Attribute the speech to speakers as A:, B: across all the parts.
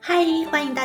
A: 嗨，欢迎大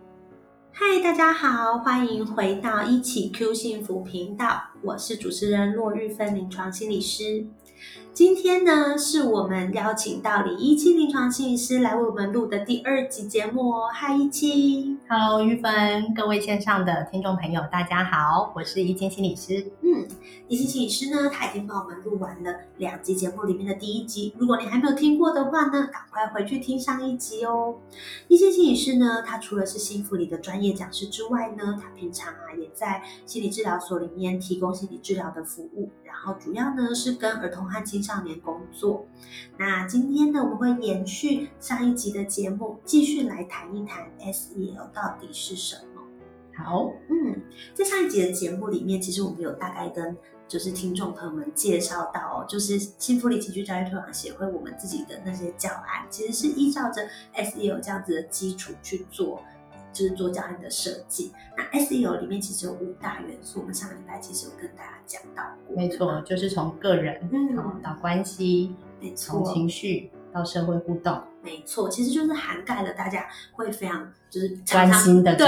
A: 嗨，大家好，欢迎回到一起 Q 幸福频道，我是主持人骆玉芬，临床心理师。今天呢，是我们邀请到李一七临床心理师来为我们录的第二集节目哦。嗨，一七，
B: Hello，玉芬，各位线上的听众朋友，大家好，我是怡静心理师。
A: 嗯，一七心理师呢，他已经帮我们录完了两集节目里面的第一集。如果你还没有听过的话呢，赶快回去听上一集哦。一些心理师呢，他除了是心福里的专业讲师之外呢，他平常啊也在心理治疗所里面提供心理治疗的服务，然后主要呢是跟儿童和青少年工作。那今天呢，我们会延续上一集的节目，继续来谈一谈 SEL 到底是什么。
B: 好，
A: 嗯，在上一集的节目里面，其实我们有大概跟就是听众朋友们介绍到、哦，就是幸福里情绪教育推广协会我们自己的那些教案，其实是依照着 SEO 这样子的基础去做，就是做教案的设计。那 SEO 里面其实有五大元素，我们上个礼拜其实有跟大家讲到过，
B: 没错，就是从个人，
A: 嗯
B: 好到关系，
A: 没错
B: 从，情绪到社会互动，
A: 没错，其实就是涵盖了大家会非常就是常
B: 关
A: 常
B: 心的 主题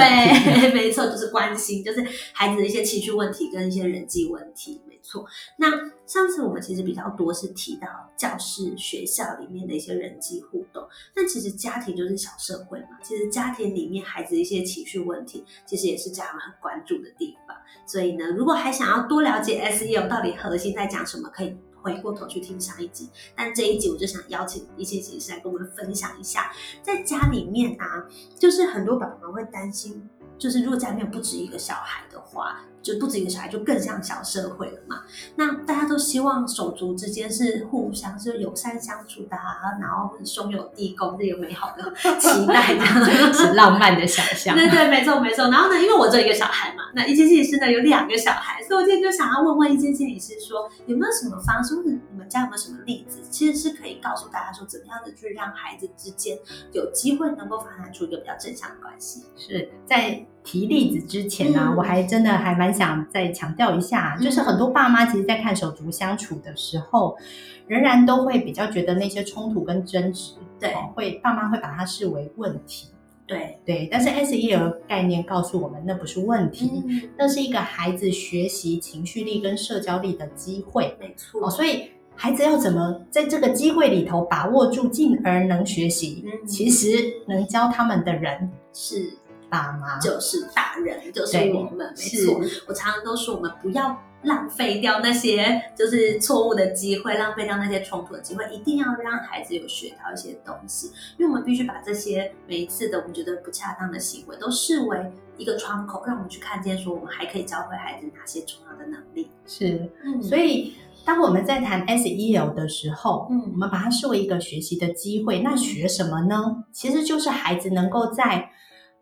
A: 对，没错，就是关心，就是孩子的一些情绪问题跟一些人际问题，没错。那上次我们其实比较多是提到教室、学校里面的一些人际互动，但其实家庭就是小社会嘛。其实家庭里面孩子的一些情绪问题，其实也是家长很关注的地方。所以呢，如果还想要多了解 SEO 到底核心在讲什么，可以回过头去听上一集。但这一集我就想邀请一些其实来跟我们分享一下，在家里面啊，就是很多爸爸妈妈会担心，就是如果家里面有不止一个小孩的话，就不止一个小孩就更像小社会了嘛。那大家都希望手足之间是互相是友善相处的、啊，然后兄友弟恭这个美好的期待，这 样
B: 是浪漫的想象。
A: 对对，没错没错。然后呢，因为我只有一个小孩嘛，那一间心理师呢有两个小孩，所以我今天就想要问问一间心理师说，有没有什么方式，或者你们家有没有什么例子，其实是可以告诉大家说，怎么样子去让孩子之间有机会能够发展出一个比较正向的关系。
B: 是在提例子之前呢、
A: 嗯
B: 我还真的还蛮想再强调一下，
A: 嗯
B: 就是很多爸妈其实，在看手足相处的时候，仍然都会比较觉得那些冲突跟争执，
A: 对
B: 哦会爸妈会把它视为问题。
A: 对，
B: 对，但是 SEL 概念告诉我们，那不是问题，
A: 嗯，
B: 那是一个孩子学习情绪力跟社交力的机会
A: 没
B: 哦，
A: 错，
B: 所以孩子要怎么在这个机会里头把握住，进而能学习，
A: 嗯
B: 其实能教他们的人
A: 是
B: 爸妈。
A: 就是大人，就是
B: 对
A: 我们，没
B: 是
A: 错。我常常都说，我们不要浪费掉那些就是错误的机会，浪费掉那些冲突的机会，一定要让孩子有学到一些东西，因为我们必须把这些每一次的我们觉得不恰当的行为，都视为一个窗口，让我们去看见说我们还可以教会孩子哪些重要的能力。
B: 是，
A: 嗯
B: 所以当我们在谈 SEL 的时候，
A: 嗯
B: 我们把它视为一个学习的机会。那学什么呢？其实就是孩子能够在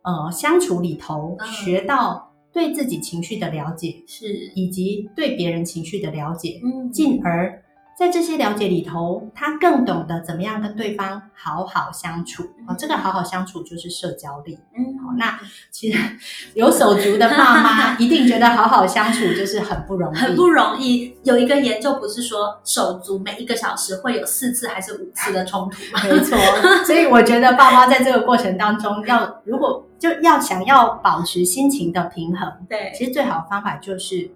B: 呃相处里头
A: 嗯
B: 学到对自己情绪的了解，
A: 是，
B: 以及对别人情绪的了解。
A: 嗯
B: 进而在这些了解里头，他更懂得怎么样跟对方好好相处。哦，这个好好相处就是社交力。
A: 嗯，
B: 好，那其实有手足的爸妈一定觉得好好相处就是很不容 易，
A: 很不容易。有一个研究不是说手足每一个小时会有四次还是五次的冲突吗？
B: 没错。所以我觉得爸妈在这个过程当中要，如果就要想要保持心情的平衡，
A: 对，
B: 其实最好的方法就是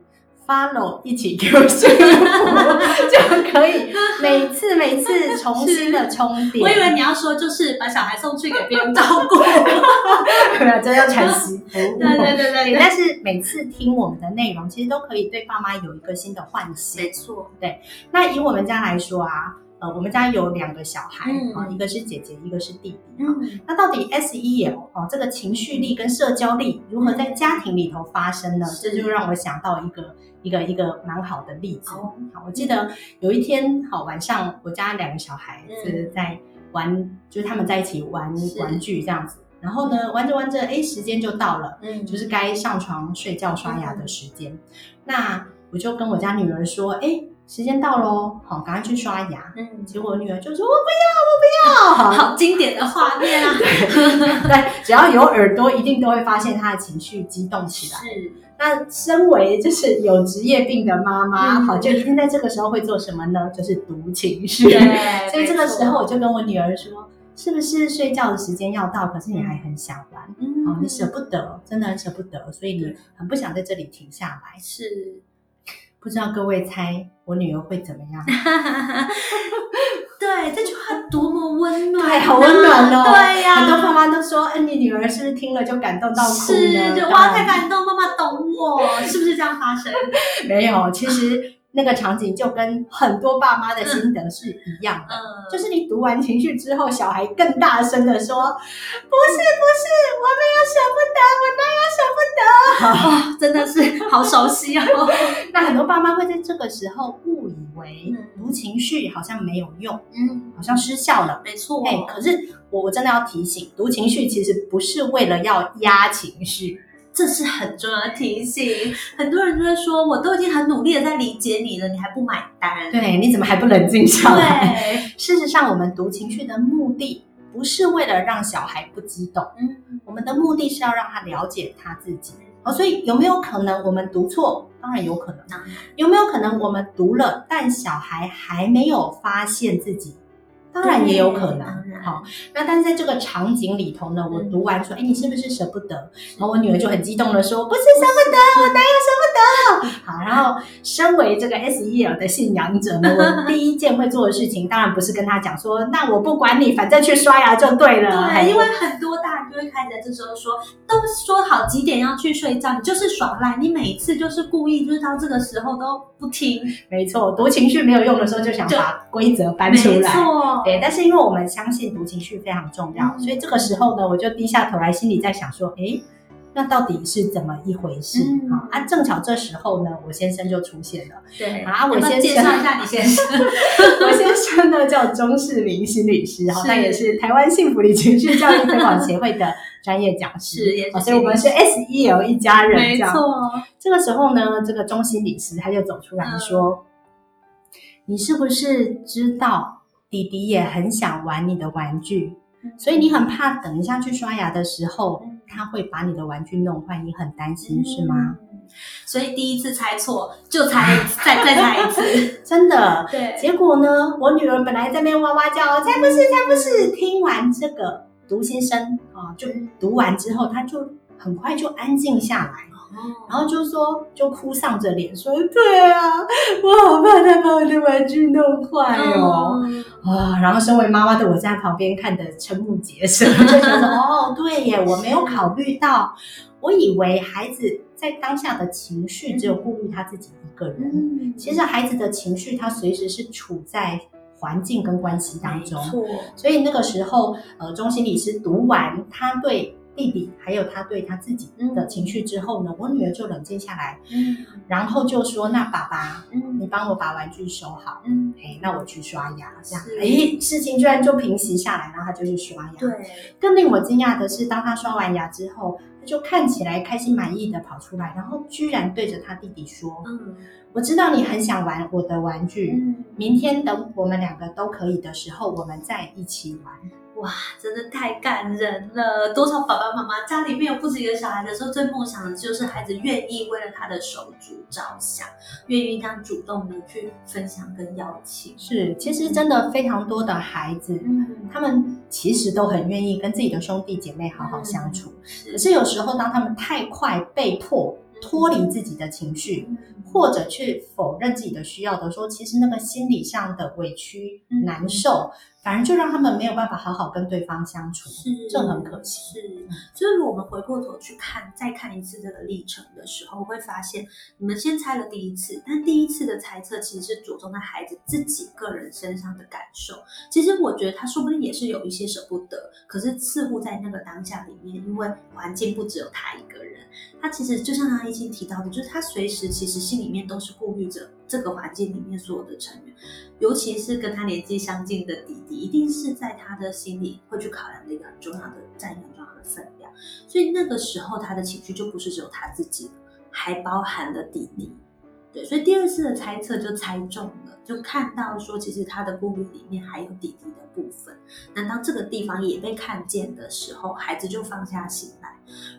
B: follow 一起 Q 幸福 就可以，每次每次重新的充电。
A: 我以为你要说就是把小孩送去给 别人照顾，
B: 对啊，这要传媳妇。对
A: 对对对对，
B: 但是每次听我们的内容，其实都可以对爸妈有一个新的唤
A: 没
B: 醒。
A: 错，
B: 那以我们家来说啊，呃，我们家有两个小孩
A: 嗯
B: 啊、一个是姐姐，一个是弟弟。嗯、
A: 嗯
B: 那到底 SEL 哦，这个情绪力跟社交力如何在家庭里头发生呢？
A: 嗯是
B: 这就让我想到一个一个一个蛮好的例子。
A: 哦
B: 好，我记得有一天，好晚上，我家两个小孩
A: 嗯
B: 子在玩，就是他们在一起玩
A: 是
B: 玩具这样子。然后呢，玩着玩着，哎，时间就到了。
A: 嗯，
B: 就是是该上床睡觉刷牙的时间。那我就跟我家女儿说：“哎、时间到喽，好，赶快去刷牙。”
A: 嗯，
B: 结果我女儿就说：“我 不要，我不要。
A: 好经典的画面啊，
B: 对，只要有耳朵，一定都会发现她的情绪激动起来。
A: 是
B: 那身为就是有职业病的妈妈，
A: 嗯
B: 好，就一定在这个时候会做什么呢？就是读情绪。
A: 对，
B: 所以这个时
A: 没
B: 候
A: 错，
B: 我就跟我女儿说：“是不是睡觉的时间要到，可是你还很想玩？”
A: 嗯
B: 哦，你舍不得，真的很舍不得，所以你
A: 对
B: 很不想在这里停下来。
A: 是，
B: 不知道各位猜我女儿会怎么样？
A: 嗯对，这句话多么温暖、
B: 对，好温暖哦。
A: 对呀、
B: 很多妈妈都说，嗯，你女儿是不是听了就感动到哭呢？
A: 是，就
B: 当
A: 哇，
B: 然
A: 太感动，妈妈懂我，是不是这样发生？
B: 没有，其实那个场景就跟很多爸妈的心得是一样的。
A: 嗯，
B: 就是你读完情绪之后，小孩更大声的说：“不是不是，我没有舍不得，我哪有
A: 哇，哦
B: 舍不得？”
A: 真的是好熟悉哦。
B: 那很多爸妈会在这个时候误以为
A: 嗯
B: 读情绪好像没有用，
A: 嗯，
B: 好像失效了。
A: 没错。
B: 哎、可是我我真的要提醒，读情绪其实不是为了要压情绪，
A: 这是很重要的提醒，很多人就会说，我都已经很努力的在理解你了，你还不买单？
B: 对，你怎么还不冷静下来？
A: 对，
B: 事实上，我们读情绪的目的不是为了让小孩不激动，
A: 嗯，
B: 我们的目的是要让他了解他自己。哦，所以有没有可能我们读错？当然有可能
A: 当。
B: 有没有可能我们读了，但小孩还没有发现自己？当然也有可
A: 对当
B: 能。
A: 然
B: 好，那但是在这个场景里头呢，我
A: 嗯
B: 读完说，哎、你是不是舍不得？然后我女儿就很激动的说，不是舍不得，我哪有舍不得？好，然后身为这个 SEL 的信仰 者呢，我第一件会做的事情，当然不是跟她讲说，那我不管你，反正去刷牙就对了。嘿
A: 对，因为很多大人就会开始在这时候说，都说好几点要去睡觉，你就是耍赖，你每一次就是故意，就是到这个时候都不听，
B: 没错，读情绪没有用的时候，就想
A: 对
B: 把规则搬
A: 嗯没
B: 出来。
A: 错，
B: 对，但是因为我们相信读情绪非常重要，
A: 嗯
B: 所以这个时候呢，我就低下头来，心里在想说，诶，那到底是怎么一回事
A: 嗯
B: 啊？啊，正巧这时候呢，我先生就出现了。
A: 对
B: 啊我
A: 要不要
B: 先
A: 介
B: 生
A: 绍一下你先 生，
B: 我先生呢叫钟世明心理师，哈，
A: 是
B: 那也是台湾幸福理情绪教育推广协会的专业讲
A: 是
B: 师
A: 也，是
B: 啊所以我们是
A: 心
B: SEL 一家人，这
A: 没
B: 样
A: 错，
B: 这个时候呢，这个中心理师他就走出
A: 嗯
B: 来说：“你是不是知道弟弟也很想玩你的玩具，所以你很怕等一下去刷牙的时候
A: 嗯，
B: 他会把你的玩具弄坏，你很担心、是吗
A: 嗯？所以第一次猜错就猜再再猜一次，？”
B: 真的。
A: 对，
B: 结果呢，我女儿本来在那边哇哇叫，才不是，才不是。听完这个读心声啊，就读完之后，她就很快就安静下来。
A: 哦
B: 然后就说，就哭丧着脸说：“对啊，我好怕他把我的玩具弄坏哦。
A: 嗯
B: 啊，然后身为妈妈的我在旁边看得瞠目结舌，就觉得哦，对耶，我没有考虑到，我以为孩子在当下的情绪只有顾虑他自己一个人，
A: 嗯
B: 其实孩子的情绪他随时是处在环境跟关系当中
A: 没，错，
B: 所以那个时候，呃，中心理师读完他对弟弟还有他对他自己的情绪之后呢，我女儿就冷静下来，
A: 嗯
B: 然后就说：“那爸爸，你
A: 嗯
B: 帮我把玩具收好，
A: 嗯，
B: 哎，那我去刷牙。”这样
A: 是，
B: 哎，事情居然就平息下来，然后他就去刷牙。，
A: 对，
B: 更令我惊讶的是，当他刷完牙之后，他就看起来开心满意的跑出来，然后居然对着他弟弟说：“
A: 嗯
B: 我知道你很想玩我的玩具。
A: 嗯，
B: 明天等我们两个都可以的时候，我们再一起玩。
A: 真的太感人了！多少爸爸妈妈家里面有不止一个小孩的时候，最梦想的就是孩子愿意为了他的手足着想，愿意这样主动的去分享跟邀请。
B: 是，其实真的非常多的孩子，
A: 嗯，
B: 他们其实都很愿意跟自己的兄弟姐妹好好相处。
A: 是
B: 可是有时候，当他们太快被迫脱离自己的情绪，
A: 嗯
B: 或者去否认自己的需要的说，其实那个心理上的委屈、
A: 嗯
B: 难受，反而就让他们没有办法好好跟对方相处，
A: 是，
B: 这很可惜。
A: 是，所以如果我们回过头去看，再看一次这个历程的时候，会发现你们先猜了第一次，但第一次的猜测其实是着重在孩子自己个人身上的感受。其实我觉得他说不定也是有一些舍不得，可是似乎在那个当下里面，因为环境不只有他一个人，他其实就像刚刚一心提到的，就是他随时其实心里面都是顾虑着这个环境里面所有的成员，尤其是跟他年纪相近的弟弟，一定是在他的心里会去考量的一个很重要的占一个很重要的分量。所以那个时候他的情绪就不是只有他自己了，还包含了弟弟。对，所以第二次的猜测就猜中了，就看到说其实他的顾虑里面还有弟弟的部分。那当这个地方也被看见的时候，孩子就放下心来。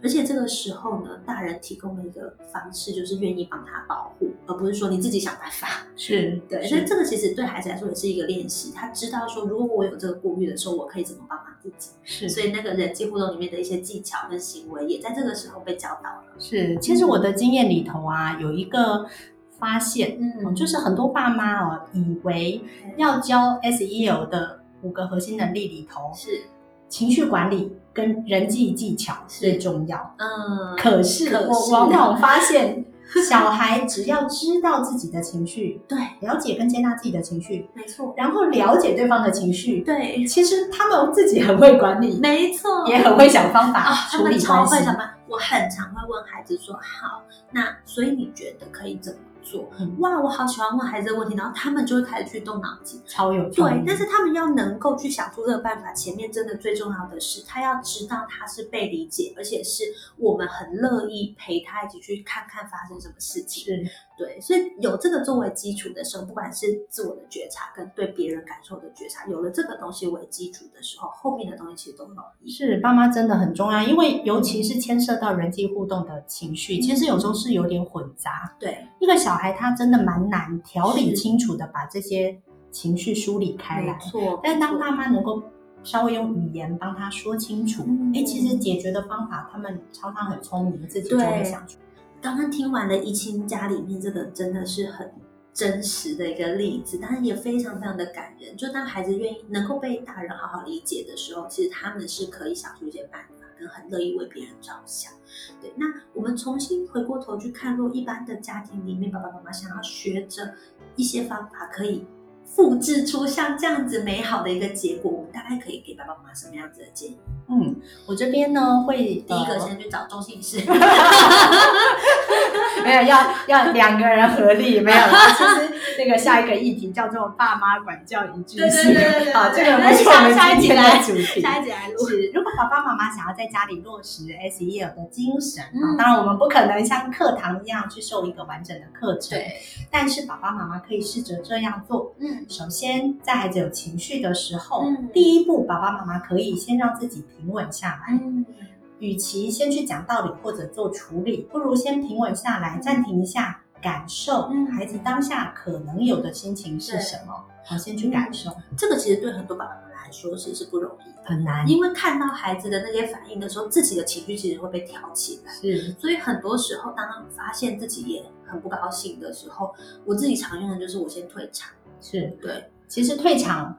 A: 而且这个时候呢，大人提供了一个方式，就是愿意帮他保护，而不是说你自己想办法。
B: 是
A: 对，所以这个其实对孩子来说也是一个练习，他知道说，如果我有这个顾虑的时候，我可以怎么帮忙自己。
B: 是
A: 所以那个人际互动里面的一些技巧跟行为，也在这个时候被教导了。
B: 是，其实我的经验里头啊，有一个发现，
A: 嗯
B: 哦 就是很多爸妈哦，以为要教 SEL 的五个核心能力里头，
A: 是，
B: 情绪管理跟人际技巧最重要。
A: 嗯，
B: 可是
A: 可
B: 我
A: 是
B: 往往发现，小孩只要知道自己的情绪，
A: 对，
B: 了解跟接纳自己的情绪，
A: 没错，
B: 然后了解对方的情绪，
A: 对，
B: 其实他们自己很会管理，
A: 没错，
B: 也很会想
A: 啊，
B: 方法
A: 他
B: 处
A: 们
B: 理
A: 超
B: 关
A: 会
B: 系。
A: 想办法。我很常会问孩子说，好，那所以你觉得可以怎么做？
B: 嗯
A: 哇，我好喜欢问孩子的问题，然后他们就会开始去动脑筋。
B: 超有创
A: 对
B: 意，
A: 但是他们要能够去想出这个办法，前面真的最重要的是，他要知道他是被理解，而且是我们很乐意陪他一起去看看发生什么事情。
B: 是
A: 对，所以有这个作为基础的时候，不管是自我的觉察跟对别人感受的觉察，有了这个东西为基础的时候，后面的东西其实都容易。
B: 是，爸妈真的很重要，因为尤其是牵涉到人际互动的情绪，其实有时候是有点混杂。
A: 对，
B: 一个小孩他真的蛮难调理
A: 是
B: 清楚的把这些情绪梳理开
A: 没
B: 来，
A: 错。
B: 但当
A: 没错
B: 爸妈能够稍微用语言帮他说清楚，哎、
A: 嗯
B: 其实解决的方法他们常常很聪明，自己就
A: 对
B: 会想出。
A: 刚刚听完了怡清家里面这个真的是很真实的一个例子，但是也非常非常的感人。就当孩子愿意能够被大人好好理解的时候，其实他们是可以想出一些办法，跟很乐意为别人着想。对，那我们重新回过头去看，若一般的家庭里面，爸爸妈妈想要学着一些方法，可以复制出像这样子美好的一个结果，我们大概可以给爸爸妈妈什么样子的建议？
B: 嗯，我这边呢会
A: 第一个
B: 呃
A: 先去找中心师，
B: 没有要要两个人合力，没 有啦。其实那个下一个议题叫做“爸妈管教一致性”，
A: 对对对对对
B: 好，这
A: 对
B: 个
A: 那
B: 不是我
A: 下下
B: 们
A: 一
B: 今
A: 集
B: 天
A: 来
B: 的主题。
A: 下一集来录。
B: 是，如果爸爸妈妈想要在家里落实 SEL 的精神，啊，
A: 嗯
B: 当然我们不可能像课堂一样去授一个完整的课程，
A: 对，
B: 但是爸爸妈妈可以试着这样做。
A: 嗯。
B: 首先，在孩子有情绪的时候，
A: 嗯
B: 第一步，爸爸妈妈可以先让自己平稳下来。
A: 嗯，
B: 与其先去讲道理或者做处理，不如先平稳下来，暂停一下，感受
A: 嗯
B: 孩子当下可能有的心情是
A: 对嗯
B: 什么，好，先去感受，
A: 这个其实对很多爸爸妈妈来说其实是不容易的，
B: 很难，
A: 因为看到孩子的那些反应的时候，自己的情绪其实会被挑起来。
B: 是
A: 所以很多时候，当发现自己也很不高兴的时候，我自己常用的就是我先退场。
B: 是，
A: 对，
B: 其实退场。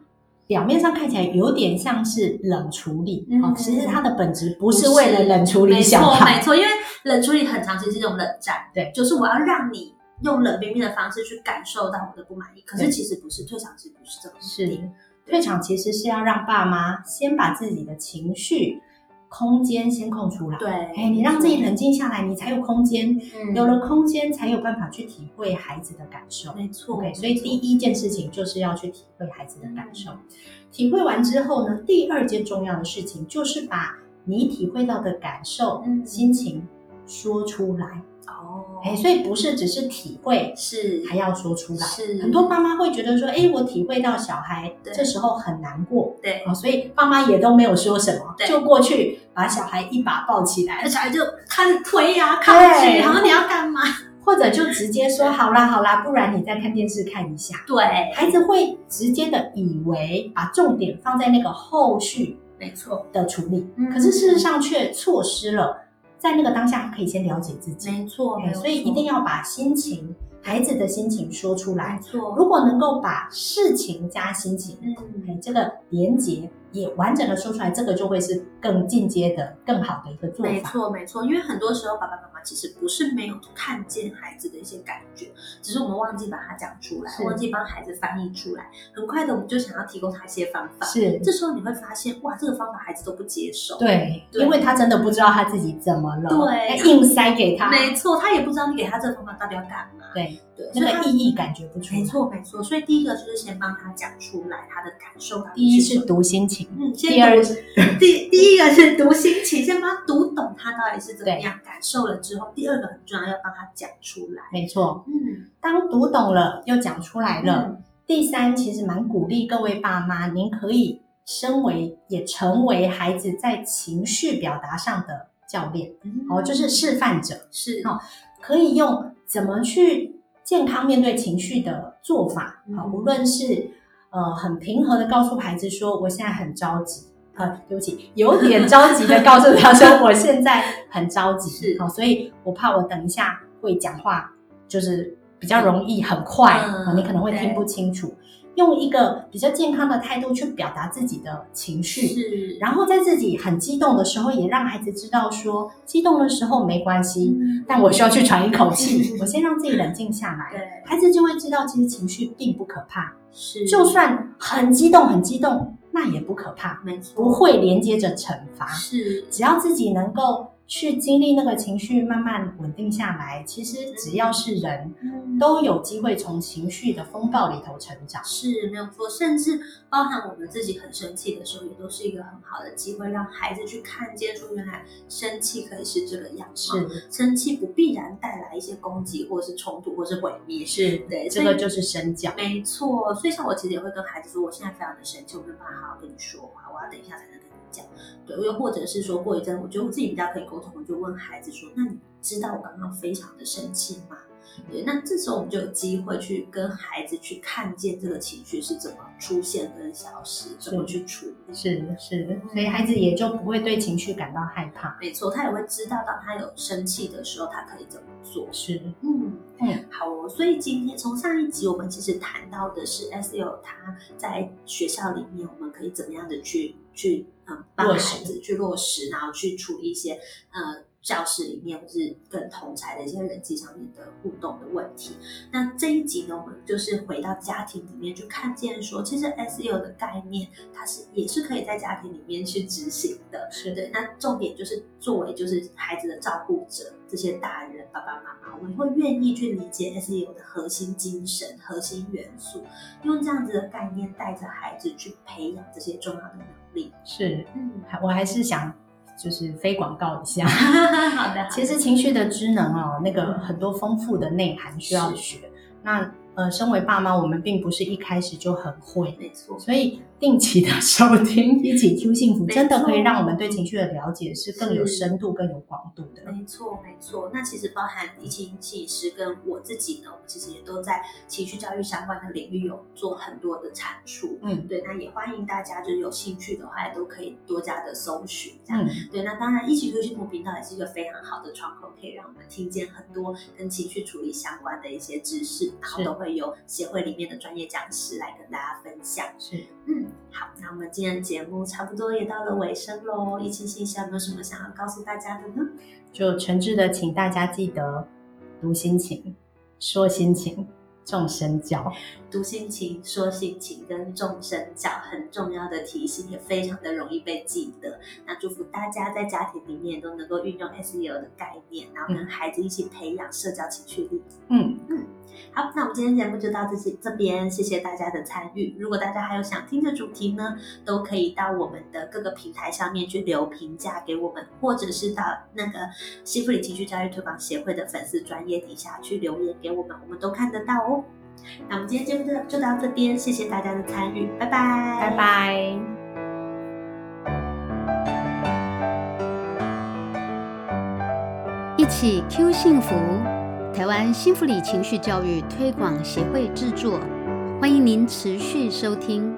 B: 表面上看起来有点像是冷处理，
A: 嗯
B: 哦，其实它的本质不
A: 不
B: 是为了冷处理
A: 没
B: 小
A: 错，没
B: 孩，
A: 错，因为冷处理很长，其实是一种冷战。
B: 对
A: 就是我要让你用冷冰冰的方式去感受到我的不满意，可是
B: 对
A: 其实不是，退场其实不是这个目的。
B: 是退场其实是要让爸妈先把自己的情绪空间先空出来，
A: 对，
B: 哎，你让自己冷静下来，你才有空间
A: 嗯
B: 有了空间，才有办法去体会孩子的感受。
A: 没错。
B: OK，所以哦第一件事情就是要去体会孩子的感受。体会完之后呢，第二件重要的事情就是把你体会到的感受、
A: 嗯
B: 心情说出来。
A: 哦，
B: 哎，所以不是只是体会，
A: 是
B: 还要说出来。
A: 是
B: 很多爸妈会觉得说，哎，我体会到小孩
A: 对
B: 这时候很难过，
A: 对
B: 哦，所以爸妈也都没有说什么，
A: 对
B: 就过去把小孩一把抱起来
A: 那，小孩就开始推呀、抗拒，
B: 对
A: 然后你要 干嘛？
B: 或者就直接说好啦好啦，不然你再看电视看一下。
A: 对，
B: 孩子会直接的以为把重点放在那个后续
A: 没错，
B: 的处理
A: 嗯，
B: 可是事实上却错失了在那个当下，他可以先了解自己。
A: 没错，
B: 哎所以一定
A: 要
B: 要把心情、孩子的心情说出来
A: 没。错，
B: 如果能够把事情加心情，
A: 嗯，
B: 哎，这个连结也完整的说出来，这个就会是更进阶的、更好的一个做
A: 没
B: 法。
A: 错，没错，因为很多时候爸爸妈妈其实不是没有看见孩子的一些感觉，只是我们忘记把它讲出来，
B: 是
A: 忘记帮孩子翻译出来。很快的，我们就想要提供他一些方法。
B: 是，
A: 这时候你会发现，哇，这个方法孩子都不接受。
B: 对，
A: 对
B: 因为他真的不知道他自己怎么了，
A: 对
B: 哎硬塞给他，
A: 没错，他也不知道你给他这个方法到底要干嘛。
B: 对，
A: 对，所以
B: 那
A: 他
B: 个意义感觉不出来。
A: 没，错，没错。所以第一个就是先帮他讲出来他的感受，他的
B: 第一
A: 需
B: 是
A: 求
B: 读心情，
A: 嗯，先
B: 第二
A: 读第第一个是读心情，先帮他读懂他到底是怎么样感受了之后，第二个很重要，要帮他讲出来。
B: 没错，嗯
A: 嗯，
B: 当读懂了又讲出来了。第三，其实蛮鼓励各位爸妈，您可以身为也成为孩子在情绪表达上的教练，
A: 嗯，
B: 哦，就是示范者。
A: 是
B: 好可以用怎么去健康面对情绪的做法
A: 嗯
B: 啊，无论是呃很平和的告诉孩子说我现在很着急，呃，对不起，有点着急的告诉他说我现在很着急， 哦
A: 是
B: 好，所以我怕我等一下会讲话就是比较容易很快，
A: 嗯
B: 啊，你可能会
A: 对
B: 听不清楚，用一个比较健康的态度去表达自己的情绪，
A: 是，
B: 然后在自己很激动的时候，也让孩子知道说激动的时候没关系，
A: 嗯
B: 但我需要去喘一口气，我先让自己冷静下来。
A: 对
B: 孩子就会知道，其实情绪并不可怕，
A: 是，
B: 就算很激动、很激动，那也不可怕，
A: 没错，
B: 不会连接着惩罚。
A: 是
B: 只要自己能够去经历那个情绪，慢慢稳定下来，其实只要是人，
A: 嗯
B: 都有机会从情绪的风暴里头成长。
A: 是没有错，甚至包含我们自己很生气的时候，也都是一个很好的机会，让孩子去看见说，原来生气可以是这个样子，
B: 是
A: 生气不必然带来一些攻击，或是冲突，或是毁灭。
B: 是，
A: 对，
B: 这
A: 所
B: 个
A: 以
B: 就是身教。
A: 没错，所以像我其实也会跟孩子说，我现在非常的生气，我没有办法好好跟你说话，我要等一下才能跟你讲。对，又或者是说过一阵，我觉得我自己比较可以沟通，我就问孩子说：“那你知道我刚刚非常的生气吗？”对，那这时候我们就有机会去跟孩子去看见这个情绪是怎么出现跟消失，怎么去处理。
B: 是是，所以孩子也就不会对情绪感到害怕。
A: 没错，他也会知道，当他有生气的时候，他可以怎么做。
B: 是，
A: 嗯，
B: 嗯
A: 好哦。所以今天从上一集我们其实谈到的是 S L 他在学校里面，我们可以怎么样的去去嗯帮孩
B: 落实
A: 子去落实，然后去处理一些呃教室里面或是跟同才的一些人际上面的互动的问题。那这一集呢，我们就是回到家庭里面去看见说，其实 S L 的概念它是也是可以在家庭里面去执行的。
B: 是
A: 对，那重点就是作为就是孩子的照顾者，这些大人爸爸妈妈，我们会愿意去理解 SEO 的核心精神、核心元素，用这样子的概念带着孩子去培养这些重要的能力。
B: 是，
A: 嗯，
B: 还我还是想就是非广告一下。
A: 好的，
B: 嗯其实情绪的职能哦，那个很多丰富的内涵需要学。那呃，身为爸妈，我们并不是一开始就很会，
A: 没错，
B: 所以定期的 收听一起 Q 幸福，
A: 没错
B: 真的可以让我们对情绪的了解是更有深度、更有广度的。
A: 没错，没错。那其实包含疫情心理师跟我自己呢，我们其实也都在情绪教育相关的领域有做很多的产出。
B: 嗯
A: 对，那也欢迎大家就是有兴趣的话，也都可以多加的搜寻这样。
B: 嗯，
A: 对，那当然，一，E 起 Q 幸福频道也是一个非常好的窗口，可以让我们听见很多跟情绪处理相关的一些知识，然后
B: 是
A: 都会有协会里面的专业讲师来跟大家分享。
B: 是。
A: 嗯，好，那我们今天的节目差不多也到了尾声喽。一清新生有没有什么想要告诉大家的呢？
B: 就诚挚的请大家记得读心情、说心情、重身教。
A: 读心情、说心情跟众生教很重要的提醒，也非常的容易被记得。那祝福大家在家庭里面都能够运用 SEO 的概念，然后跟孩子一起培养社交情绪力。
B: 嗯，
A: 好，那我们今天节目就到这些这边，谢谢大家的参与。如果大家还有想听的主题呢，都可以到我们的各个平台上面去留评价给我们，或者是到那个西弗里情绪教育推广协会的粉丝专业底下去留言给我们，我们都看得到哦。那我们今天节目就就到这边，谢谢大家的参与，拜拜，
B: 拜拜。
C: 一起 Q 幸福，台湾幸福里情绪教育推广协会制作，欢迎您持续收听。